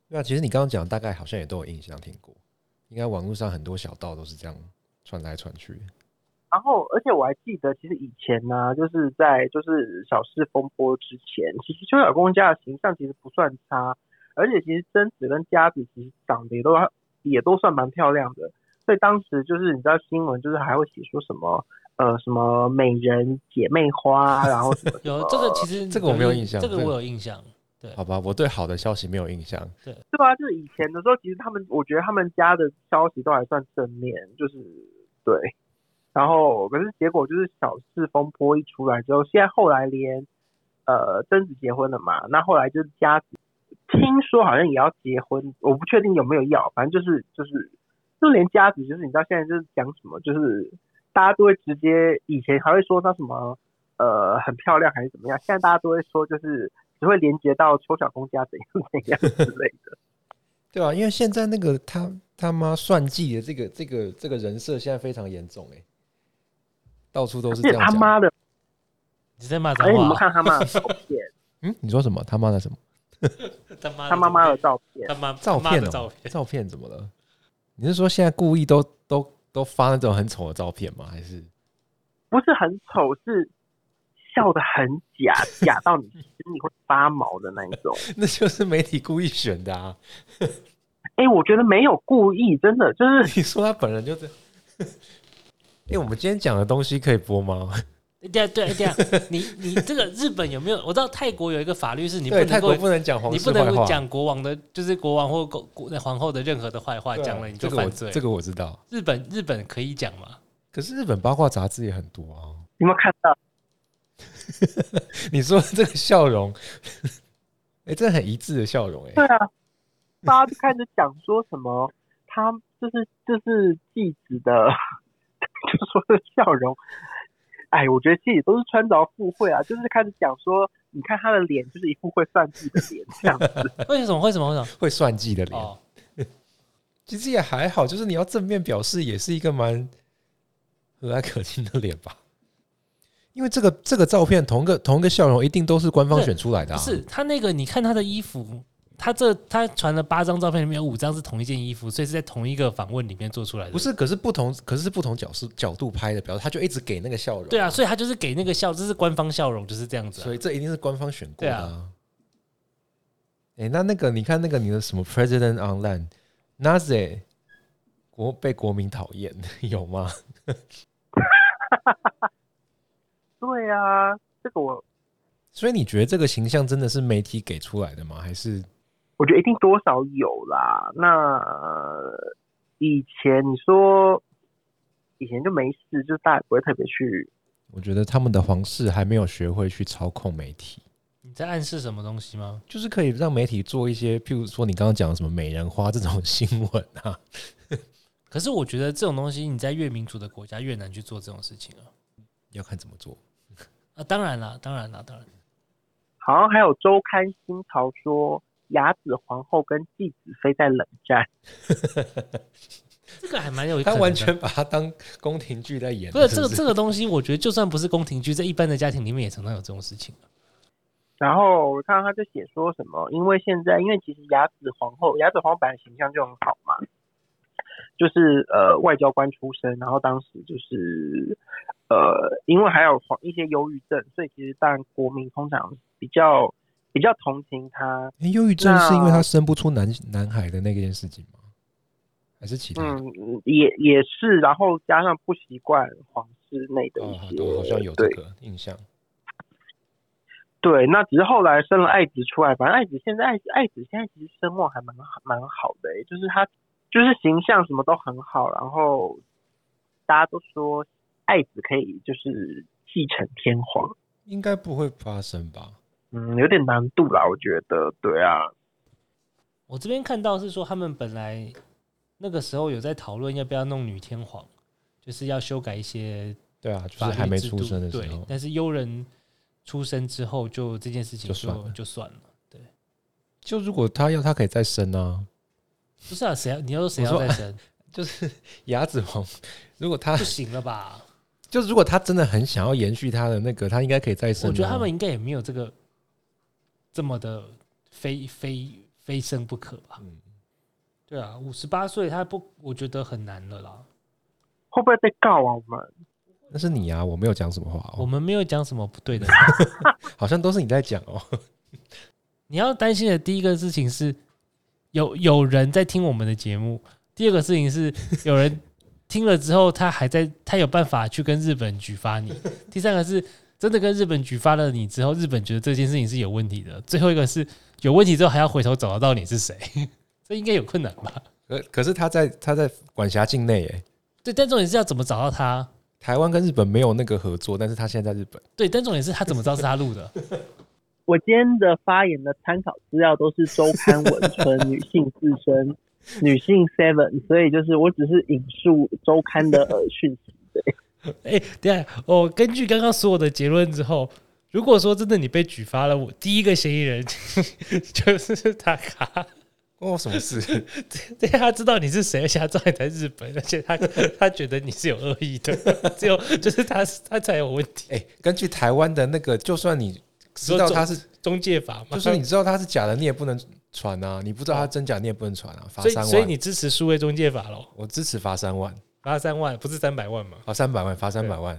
Speaker 1: 对啊，其实你刚刚讲，大概好像也都有印象听过。应该网络上很多小道都是这样传来传去。
Speaker 3: 然后，而且我还记得，其实以前呢、就是在就是小事风波之前，其实邱小公家的形象其实不算差，而且其实贞子跟佳子其实长得也都也都算蛮漂亮的，所以当时就是你知道新闻就是还会写说什么呃什么美人姐妹花啊，然后什么什
Speaker 2: 有
Speaker 3: 么
Speaker 2: 这个其实
Speaker 1: 这个我没有印象
Speaker 2: 这个
Speaker 1: 这个
Speaker 2: 我有印象。
Speaker 1: 好吧，我对好的消息没有印象。
Speaker 3: 对啊，就是以前的时候，其实他们，我觉得他们家的消息都还算正面，就是对。然后，可是结果就是小事风波一出来之后，现在后来连呃贞子结婚了嘛，那后来就是佳子，听说好像也要结婚，我不确定有没有要，反正就是就是就连佳子，就是你知道现在就是讲什么，就是大家都会直接以前还会说她什么呃很漂亮还是怎么样，现在大家都会说就是只会连接到邱小公家怎样怎样之类的。
Speaker 1: 对啊，因为现在那个他他妈算计的这个这个这个人设现在非常严重哎、到处都是这
Speaker 3: 而且
Speaker 1: 样
Speaker 3: 他
Speaker 1: 讲。
Speaker 3: 妈的，
Speaker 2: 你在骂脏
Speaker 3: 而哎且你
Speaker 2: 话
Speaker 3: 们
Speaker 2: 啊？
Speaker 3: 看
Speaker 1: [LAUGHS]
Speaker 3: 他妈的照片，
Speaker 1: 嗯，你说什么？他妈的什么
Speaker 2: 他妈的
Speaker 3: 他妈妈的
Speaker 2: 照
Speaker 3: 照
Speaker 2: 片
Speaker 3: 片
Speaker 2: 他，妈
Speaker 1: 照
Speaker 2: 他妈
Speaker 1: 片
Speaker 2: 的
Speaker 1: 哦、
Speaker 2: 照片，
Speaker 1: 照片怎么了？你是说现在故意都都都发那种很丑的照片吗？还是 [LAUGHS]
Speaker 3: 不是很丑，是笑得很假，假到你心里会发毛的那一
Speaker 1: [LAUGHS]
Speaker 3: 种。
Speaker 1: 那就是媒体故意选的啊？
Speaker 3: 哎、我觉得没有故意，真的就是
Speaker 1: 你说他本人就是？ [LAUGHS] 哎、我们今天讲的东西可以播吗？
Speaker 2: 对啊对啊对啊！ [LAUGHS] 你你这个日本有没有？我知道泰国有一个法律是你不
Speaker 1: 对，泰
Speaker 2: 能够
Speaker 1: 国不能讲皇
Speaker 2: 你
Speaker 1: 室
Speaker 2: 不
Speaker 1: 坏
Speaker 2: 能
Speaker 1: 话
Speaker 2: 够。讲国王的，就是国王或国国皇后的任何的坏话，
Speaker 1: 对啊
Speaker 2: 讲了你就
Speaker 1: 这个我
Speaker 2: 犯罪。
Speaker 1: 这个我知道。
Speaker 2: 日本日本可以讲吗？
Speaker 1: 可是日本八卦杂志也很多啊。
Speaker 3: 你有没有看到？
Speaker 1: [LAUGHS] 你说这个笑容， [LAUGHS] 哎、这很一致的笑容、
Speaker 3: 对
Speaker 1: 哎，
Speaker 3: 啊，大家就开始讲说什么，他就是就是继子的， [LAUGHS] 就说的笑容。哎，我觉得自己都是穿着附会啊，就是开始讲说，你看他的脸就是一副会算计的脸
Speaker 1: [LAUGHS]
Speaker 3: 这样子。
Speaker 2: 为什么？为什么？为什么？
Speaker 1: 会算计的脸，
Speaker 2: 哦，
Speaker 1: 其实也还好，就是你要正面表示，也是一个蛮和蔼可亲的脸吧。因为这个这个照片，同个同一个笑容，一定都是官方
Speaker 2: 不是
Speaker 1: 选出来的、
Speaker 2: 不
Speaker 1: 啊。
Speaker 2: 是他那个，你看他的衣服，他这他传了八张照片，里面有五张是同一件衣服，所以是在同一个访问里面做出来的。
Speaker 1: 不是，可是不同，可是是不同角度角度拍的，表示他就一直给那个笑容。
Speaker 2: 对啊，所以他就是给那个笑，这是官方笑容，就是这样子啊、
Speaker 1: 所以这一定是官方选过
Speaker 2: 对
Speaker 1: 的、
Speaker 2: 啊
Speaker 1: 哎、那那个你看那个你的什么 President Online Nazi 国被国民讨厌 [LAUGHS] 有吗？
Speaker 3: 对啊，这个我
Speaker 1: 所以你觉得这个形象真的是媒体给出来的吗？还是
Speaker 3: 我觉得一定多少有啦。那呃以前你说以前就没事，就是大家也不会特别去。
Speaker 1: 我觉得他们的皇室还没有学会去操控媒体，
Speaker 2: 你在暗示什么东西吗？
Speaker 1: 就是可以让媒体做一些，譬如说你刚刚讲的什么美人花这种新闻啊， [LAUGHS]
Speaker 2: 可是我觉得这种东西你在越民主的国家越难去做这种事情啊。
Speaker 1: 要看怎么做。
Speaker 2: 啊，当然啦，当然啦，当然。
Speaker 3: 好像还有周刊新潮说，雅子皇后跟纪子妃在冷战。
Speaker 2: 这个还蛮有可能
Speaker 1: 他
Speaker 2: 的，
Speaker 1: 完全把它当宫廷剧在演，
Speaker 2: 不是这
Speaker 1: 不
Speaker 2: 个这个东西，我觉得就算不是宫廷剧，在一般的家庭里面也常常有这种事情啊。
Speaker 3: 然后我看到他就写说什么，因为现在因为其实雅子皇后，雅子皇后本来形象就很好嘛，就是呃外交官出身，然后当时就是呃因为还有黄一些忧郁症，所以其实当然国民通常比较比较同情他，
Speaker 1: 诶忧郁症
Speaker 3: 那
Speaker 1: 是因
Speaker 2: 啊
Speaker 1: 为他生不出男男孩的那件事情吗？还是其他的？
Speaker 3: 嗯也也是，然后加上不习惯皇室内的一
Speaker 1: 哦，好
Speaker 3: 些，
Speaker 1: 的，我好像有这
Speaker 3: 对
Speaker 1: 个印象。
Speaker 3: 对，那只是后来生了爱子出来，反正爱子现在爱爱子现在其实声望还蛮好蛮好的、欸，就是她就是形象什么都很好，然后大家都说爱子可以就是继承天皇，
Speaker 1: 应该不会发生吧？
Speaker 3: 嗯，有点难度啦，我觉得，对啊，
Speaker 2: 我这边看到是说，他们本来那个时候有在讨论要不要弄女天皇，就是要修改一些
Speaker 1: 对啊，就是
Speaker 2: 法律
Speaker 1: 还没
Speaker 2: 制度
Speaker 1: 出生的时
Speaker 2: 对
Speaker 1: 候，
Speaker 2: 但是悠人出生之后，就这件事情就
Speaker 1: 就算了
Speaker 2: 就算了。
Speaker 1: 就如果他要，他可以再生啊。
Speaker 2: 不是啊，谁要你要说谁
Speaker 1: 我
Speaker 2: 要
Speaker 1: 说
Speaker 2: 再生
Speaker 1: 就是雅子皇， [LAUGHS] 如果他
Speaker 2: 不行了吧？
Speaker 1: 就如果他真的很想要延续他的那个，他应该可以再生啊、
Speaker 2: 我觉得他们应该也没有这个这么的非非非生不可吧？
Speaker 1: 嗯
Speaker 2: 对啊，五十八岁他不，我觉得很难了啦。
Speaker 3: 会不会被告啊？我们
Speaker 1: 那是你啊，我没有讲什么话
Speaker 2: 我
Speaker 1: 哦，
Speaker 2: 们没有讲什么不对的话， [LAUGHS]
Speaker 1: 好像都是你在讲哦。
Speaker 2: 你要担心的第一个事情是有有人在听我们的节目，第二个事
Speaker 1: [LAUGHS]
Speaker 2: 情是有人听了之后，他还在他有办法去跟日本举发你，第三个是真的跟日本举发了你之后，日本觉得这件事情是有问题的，最后一个是有问题之后还要回头找得到你是谁， [LAUGHS] 这应该有困难吧？
Speaker 1: 可可是他在他在管辖境内耶，
Speaker 2: 对，但重点是要怎么找到他？
Speaker 1: 台湾跟日本没有那个合作，但是他现在在日本。
Speaker 2: 对，但重点是他怎么知道是他录的？ [LAUGHS]
Speaker 3: 我今天的发言的参考资料都是周刊文春、女性自身、女性 Seven，所以就是我只是引述周刊的呃讯息。
Speaker 2: 哎、等一下，我根据刚刚所有的结论之后，如果说真的你被举发了，我第一个嫌疑人 [LAUGHS] 就是他卡，
Speaker 1: 关我什么事？
Speaker 2: 对他知道你是谁，而且他知道你在日本，而且他他觉得你是有恶意的，只有就是他他才有问
Speaker 1: [LAUGHS]
Speaker 2: 题，
Speaker 1: 哎、根据台湾的那个，就算你知道他是，
Speaker 2: 中介法嘛，
Speaker 1: 就是你知道他是假的，你也不能传啊；你不知道他真假，你也不能传啊。罚
Speaker 2: 哦所以
Speaker 1: 三万，
Speaker 2: 所以你支持数位中介法喽，
Speaker 1: 我支持罚三万，
Speaker 2: 罚三万不是三百万
Speaker 1: [LAUGHS]
Speaker 2: 嘛？
Speaker 1: 罚三百万，罚三百万。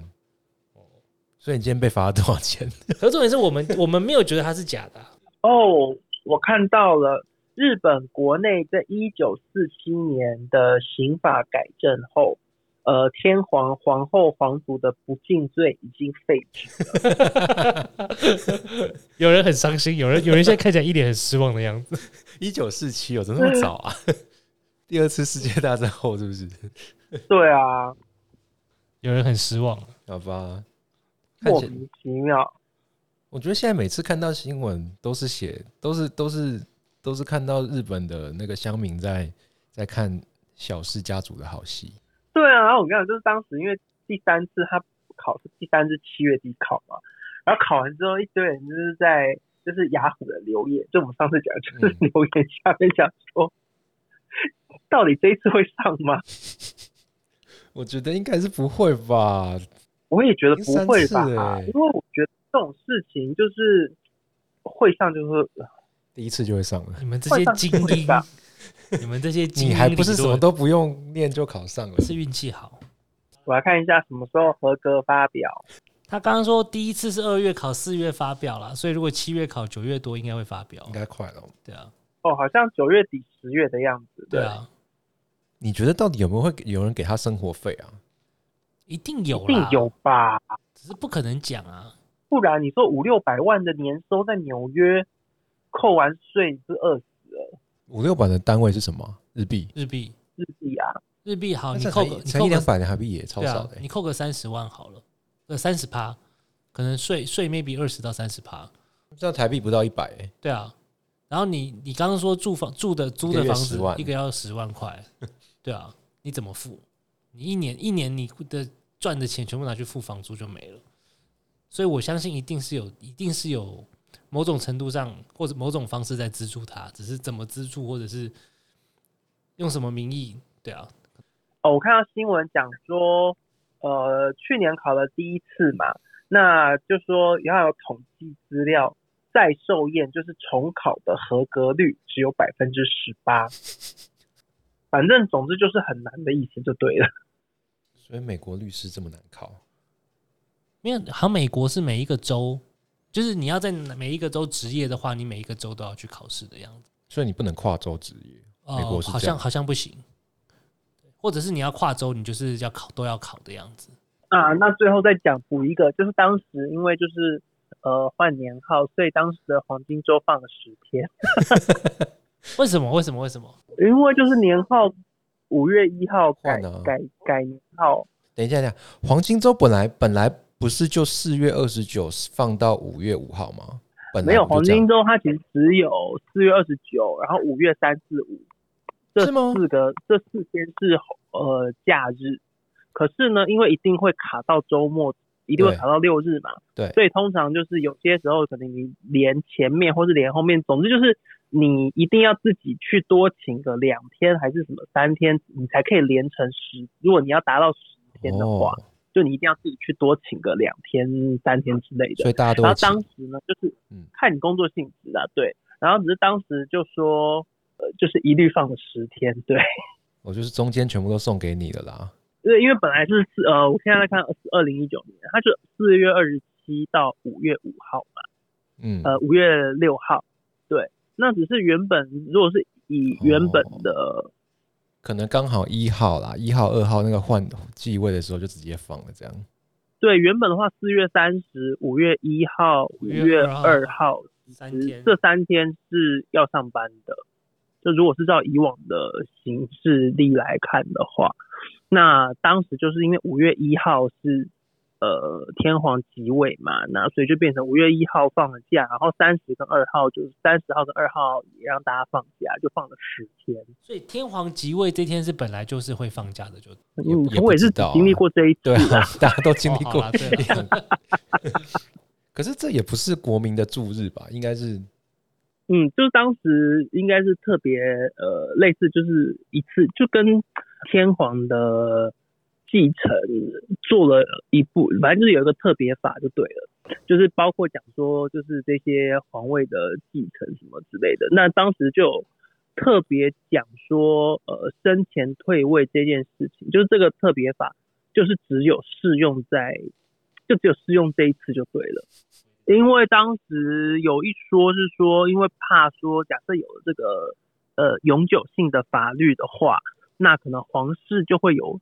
Speaker 1: 所以你今天被罚了多少钱？
Speaker 2: 可是重点是我们我们没有觉得他是假的啊、
Speaker 3: 哦，我看到了，日本国内在一九四七年的刑法改正后，呃，天皇、皇后、皇族的不敬罪已经废止。
Speaker 2: [LAUGHS] 有人很伤心，有人有人现在看起来一脸很失望的样子。
Speaker 1: 一九四七哦，怎么那么早啊？ [LAUGHS] 第二次世界大战后是不是？ [LAUGHS]
Speaker 3: 对啊，
Speaker 2: 有人很失望，
Speaker 1: 好吧，看
Speaker 3: 莫
Speaker 1: 起来
Speaker 3: 名其妙。
Speaker 1: 我觉得现在每次看到新闻都是写，都是都是都是看到日本的那个乡民在在看小氏家族的好戏。
Speaker 3: 对啊，然后我跟你讲，就是当时因为第三次他考是第三次七月底考嘛，然后考完之后一堆人就是在就是雅虎的留言，就我们上次讲的就是
Speaker 1: 嗯
Speaker 3: 留言下面讲说， [LAUGHS] 到底这一次会上吗？
Speaker 1: 我觉得应该是不会吧？
Speaker 3: 我也觉得不会吧
Speaker 1: 已经三次，了欸
Speaker 3: 因为我觉得这种事情就是会上就是
Speaker 1: 第一次就会上了，
Speaker 2: 你们这些精
Speaker 3: 会
Speaker 2: 英
Speaker 3: 上，
Speaker 2: 你们这些精
Speaker 1: 你
Speaker 2: 英，
Speaker 1: 还不是什么都不用念就考上了？
Speaker 2: 是运气好。
Speaker 3: 我来看一下什么时候合格发表。
Speaker 2: 他刚刚说第一次是二月考，四月发表了，所以如果七月考，九月多应该会发表
Speaker 1: 应。该快了。
Speaker 2: 对啊，
Speaker 3: 哦，好像九月底十月的样子。
Speaker 2: 对，啊，
Speaker 1: 你觉得到底有没有会给有人给他生活费啊？
Speaker 2: 一定有
Speaker 3: 一定
Speaker 2: 啦，
Speaker 3: 有吧？
Speaker 2: 只是不可能讲啊。
Speaker 3: 不然你说五六百万的年收在纽约，扣完税是饿死了。
Speaker 1: 五六百的单位是什么啊？日币？
Speaker 2: 日币，
Speaker 3: 日币啊，
Speaker 2: 日币好，
Speaker 1: 那
Speaker 2: 你
Speaker 1: 这
Speaker 2: 扣
Speaker 1: 才
Speaker 2: 个你
Speaker 1: 才一
Speaker 2: 扣
Speaker 1: 两
Speaker 2: 个
Speaker 1: 百的台币也超
Speaker 2: 对
Speaker 1: 少
Speaker 2: 啊
Speaker 1: 的、，欸
Speaker 2: 你扣个三十万好了，呃，三十趴，可能税税 maybe 二十到三十趴，
Speaker 1: 这样台币不到一百、欸，
Speaker 2: 对啊。然后你你刚刚说住房住的租的
Speaker 1: 一个月
Speaker 2: 房子
Speaker 1: 10万
Speaker 2: 一个要十万块，对啊，你怎么付？你一年一年你的赚的钱全部拿去付房租就没了，所以我相信一定是有一定是有某种程度上或者某种方式在资助他，只是怎么资助或者是用什么名义，对啊，
Speaker 3: 哦，我看到新闻讲说，呃，去年考了第一次嘛，那就说要有统计资料，再受验就是重考的合格率只有百分之十八，反正总之就是很难的意思就对了。
Speaker 1: 所以美国律师这么难考，
Speaker 2: 因为好像美国是每一个州，就是你要在每一个州职业的话，你每一个州都要去考试的样子。
Speaker 1: 所以你不能跨州职业。
Speaker 2: 哦
Speaker 1: 美国是
Speaker 2: 好
Speaker 1: 这样
Speaker 2: 像好像不行，或者是你要跨州，你就是要考都要考的样子。
Speaker 3: 啊，那最后再讲补一个，就是当时因为就是呃换年号，所以当时的黄金周放了十天，
Speaker 2: 为什么？为什么？为什么？
Speaker 3: 因为就是年号五月一号改
Speaker 1: 换了啊
Speaker 3: 改改年号，
Speaker 1: 等一下，等一下，黄金周本来本来不是就四月二十九放到五月五号吗？本来
Speaker 3: 没有
Speaker 1: 不就
Speaker 3: 黄
Speaker 1: 这样
Speaker 3: 金周，它其实只有四月二十九，然后五月三四五这
Speaker 1: 是吗
Speaker 3: 四个这四天是呃假日。可是呢，因为一定会卡到周末，一定会
Speaker 1: 对
Speaker 3: 卡到六日嘛，
Speaker 1: 对
Speaker 3: 所以通常就是有些时候可能你连前面或是连后面，总之就是你一定要自己去多请个两天还是什么三天，你才可以连成十。如果你要达到十天的话，
Speaker 1: 哦，
Speaker 3: 就你一定要自己去多请个两天三天之类的
Speaker 1: 所。以大家都
Speaker 3: 然
Speaker 1: 会
Speaker 3: 后当
Speaker 1: 请
Speaker 3: 时呢，就是
Speaker 1: 嗯
Speaker 3: 看你工作性质啊，对。然后只是当时就说，呃，就是一律放了十天，对，
Speaker 1: 我就是中间全部都送给你了啦。
Speaker 3: 因为因为本来是四呃，我现在在看二零一九年，它就四月二十七到五月五号嘛，
Speaker 1: 嗯，
Speaker 3: 呃，五月六号，对。那只是原本如果是以原本的，
Speaker 1: 可能刚好一号啦，一号、二号那个换继位的时候就直接放了这样。
Speaker 3: 对原本的话，四月三十、五月一号、五
Speaker 2: 月
Speaker 3: 月
Speaker 2: 二
Speaker 3: 二号
Speaker 2: 三
Speaker 3: 其实
Speaker 2: 天
Speaker 3: 这三天是要上班的。就如果是照以往的行事历来看的话，那当时就是因为五月一号是呃天皇即位嘛，那所以就变成五月一号放了假，然后三十跟二号就是三十号跟二号也让大家放假，就放了十天。
Speaker 2: 所以天皇即位这天是本来就是会放假的，就
Speaker 1: 也不
Speaker 3: 嗯
Speaker 1: 也不，
Speaker 3: 我也是
Speaker 1: 知
Speaker 3: 只
Speaker 1: 道啊
Speaker 3: 经历过这一次
Speaker 1: 对
Speaker 3: [LAUGHS]
Speaker 1: 啊，大家都经历
Speaker 2: 哦
Speaker 1: 过
Speaker 2: 好啦对啦
Speaker 1: 一样。可是这也不是国民的驻日吧？应该是
Speaker 3: 嗯，就是当时应该是特别呃，类似就是一次就跟天皇的继承做了一部，反正就是有一个特别法就对了，就是包括讲说就是这些皇位的继承什么之类的。那当时就有特别讲说呃生前退位这件事情，就是这个特别法就是只有适用在就只有适用这一次就对了。因为当时有一说是说，因为怕说，假设有了这个呃永久性的法律的话，那可能皇室就会有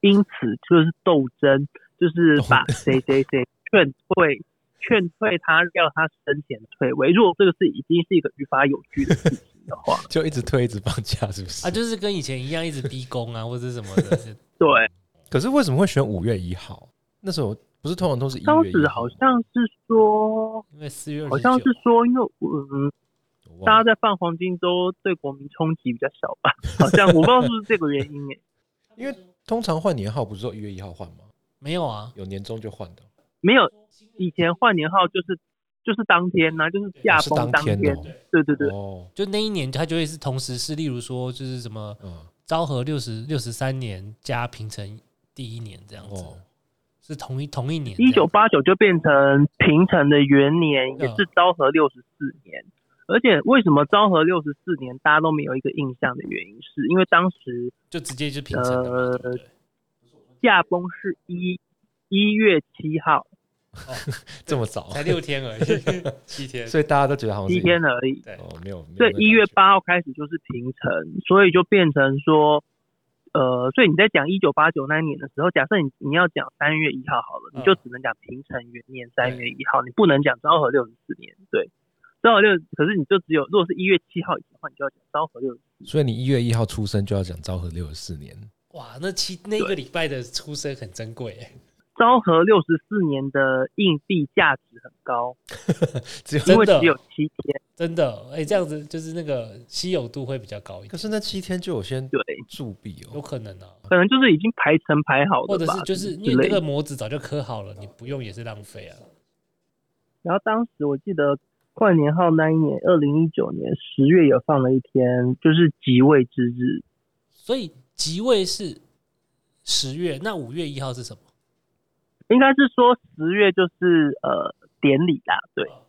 Speaker 3: 因此就是斗争，就是
Speaker 2: 哦 [LAUGHS]
Speaker 3: 把谁谁谁劝退，劝退他，要他生前退位。如果这个是已经是一个于法有据的事情
Speaker 2: [LAUGHS]
Speaker 3: 的话，
Speaker 1: 就一直推一直放假，是不是？
Speaker 2: [LAUGHS] 啊，就是跟以前一样一直逼宫啊或者什么的，就
Speaker 3: 对，
Speaker 1: 可是为什么会选五月一号？那时候不是通常都是一月
Speaker 3: 当时
Speaker 1: 1
Speaker 3: 好
Speaker 1: 号
Speaker 3: 像是说，
Speaker 2: 因为四月
Speaker 3: 好
Speaker 2: 二十
Speaker 3: 像是
Speaker 2: 九，
Speaker 3: 说，因为嗯，
Speaker 1: 我
Speaker 3: 大
Speaker 1: 忘
Speaker 3: 家
Speaker 1: 了
Speaker 3: 在放黄金周，对国民冲击比较小吧？好像我不知道是不是这个原因诶、
Speaker 1: 因为通常换年号不是说一月一号换吗？
Speaker 2: 没有啊，
Speaker 1: 有年终就换的，
Speaker 3: 没有以前换年号就是就是当天呐、就是驾
Speaker 1: 哦是
Speaker 3: 崩
Speaker 1: 当
Speaker 3: 天。
Speaker 1: 天
Speaker 3: 对对对，
Speaker 1: 哦。
Speaker 2: 就那一年它就会是同时是，例如说就是什么
Speaker 1: 哦，
Speaker 2: 昭和六十六十三年加平成第一年这样
Speaker 1: 嗯，
Speaker 2: 子，
Speaker 1: 哦，
Speaker 2: 是同一同一年这样
Speaker 3: 一
Speaker 2: 子。
Speaker 3: 九八九就变成平成的元年，
Speaker 2: 嗯
Speaker 3: 也是昭和六十四年。而且为什么昭和六十四年大家都没有一个印象的原因，是因为当时
Speaker 2: 就直接就平成的嘛，
Speaker 3: 呃
Speaker 2: 对不对？
Speaker 3: 驾崩是一一月七号，
Speaker 1: 这么早，
Speaker 2: 才六天而已， [LAUGHS] 七天。
Speaker 1: 所以大家都觉得好像哦是
Speaker 3: 七天而已。
Speaker 2: 对，
Speaker 1: 哦，没有，没有
Speaker 3: 所以
Speaker 1: 那
Speaker 3: 一月
Speaker 1: 感觉
Speaker 3: 八号开始就是平成，所以就变成说，呃，所以你在讲一九八九那一年的时候，假设你你要讲三月一号好了，
Speaker 2: 嗯
Speaker 3: 你就只能讲平成元年三月一号，你不能讲昭和六十四年，对。三五六，可是你就只有如果是一月七号以前的话，你就要讲昭和六十四。
Speaker 1: 所以你一月一号出生就要讲昭和六十四年，
Speaker 2: 哇，那七那个礼拜的出生很珍贵耶，
Speaker 3: 昭和六十四年的硬币价值很高，
Speaker 1: 只有
Speaker 2: 真
Speaker 3: 因为
Speaker 2: 的
Speaker 3: 只有七天。
Speaker 2: 真的，哎、这样子就是那个稀有度会比较高一
Speaker 1: 可
Speaker 2: 点，
Speaker 1: 是那七天就有先
Speaker 3: 对，
Speaker 1: 铸币
Speaker 2: 有
Speaker 1: 哦，
Speaker 2: 可能啊，
Speaker 3: 可能就是已经排成排好
Speaker 2: 或
Speaker 3: 的
Speaker 2: 者
Speaker 3: 吧，
Speaker 2: 是就是因
Speaker 3: 之
Speaker 2: 为那
Speaker 3: 类
Speaker 2: 个
Speaker 3: 的。
Speaker 2: 模子早就刻好了，你不用也是浪费啊。
Speaker 3: 然后当时我记得跨年号那一年，二零一九年十月有放了一天，就是即位之日，
Speaker 2: 所以即位是十月，那五月一号是什么？
Speaker 3: 应该是说十月就是呃典礼啦，对
Speaker 2: 哦，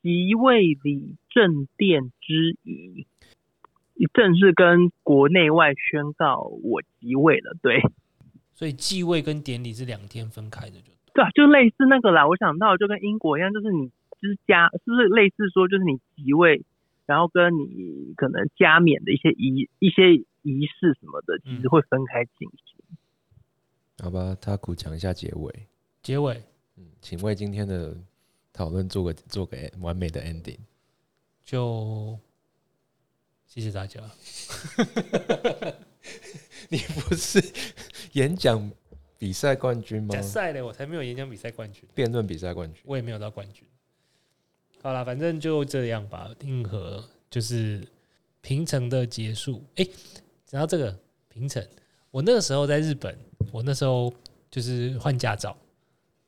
Speaker 3: 即位礼正殿之仪，正式跟国内外宣告我即位了，对，
Speaker 2: 所以继位跟典礼是两天分开的，就
Speaker 3: 对啊，就类似那个啦。我想到就跟英国一样，就是你之加，是不是类似说就是你即位，然后跟你可能加冕的一些仪一些仪式什么的，其实会分开进行。
Speaker 1: 好吧，他苦讲一下结尾，
Speaker 2: 结尾
Speaker 1: 嗯，请为今天的讨论做个做个完美的 ending。
Speaker 2: 就谢谢大家。
Speaker 1: 嗯你不是演讲比赛冠军吗
Speaker 2: 假？赛嘞，我才没有演讲比赛冠军，
Speaker 1: 辩论比赛冠军，
Speaker 2: 我也没有到冠军。好啦，反正就这样吧，硬核就是平成的结束。诶，讲到这个平成，我那个时候在日本，我那时候就是换驾照，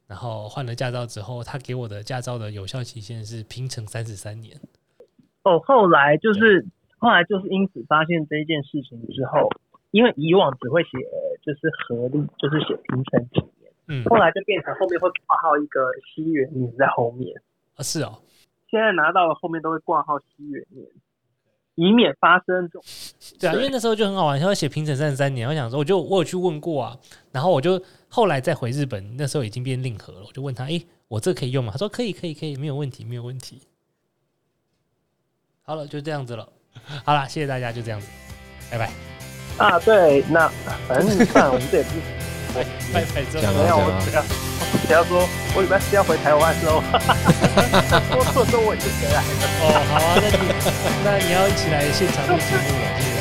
Speaker 2: 然后换了驾照之后，他给我的驾照的有效期限是平成三十三年。
Speaker 3: 哦，后来就是后来就是因此发现这件事情之后，因为以往只会写就是合力，就是写平成几年，
Speaker 2: 嗯，
Speaker 3: 后来就变成后面会挂号一个西元年在后面。
Speaker 2: 啊是哦，
Speaker 3: 现在拿到了后面都会挂号西元年，以免发生这种。
Speaker 2: 对啊，因
Speaker 3: 对
Speaker 2: 为那时候就很好玩，他要写平成三十三年，我想说，我就我有去问过啊，然后我就后来再回日本，那时候已经变令和了，我就问他，诶，我这可以用吗？他说可以，可以，可以，没有问题，没有问题。好了，就这样子了，好啦，谢谢大家，就这样子，拜拜，
Speaker 3: 啊，对，那反正算了，我们这也不是
Speaker 2: 拜拜拜，之后
Speaker 1: 讲
Speaker 3: 没有，
Speaker 1: 啊
Speaker 3: 我只要我只要说，我礼拜四要回台湾喽。 [LAUGHS] 说错说我已经回来了。
Speaker 2: 哦，好啊，那你那你要一起来现场录节目了。谢谢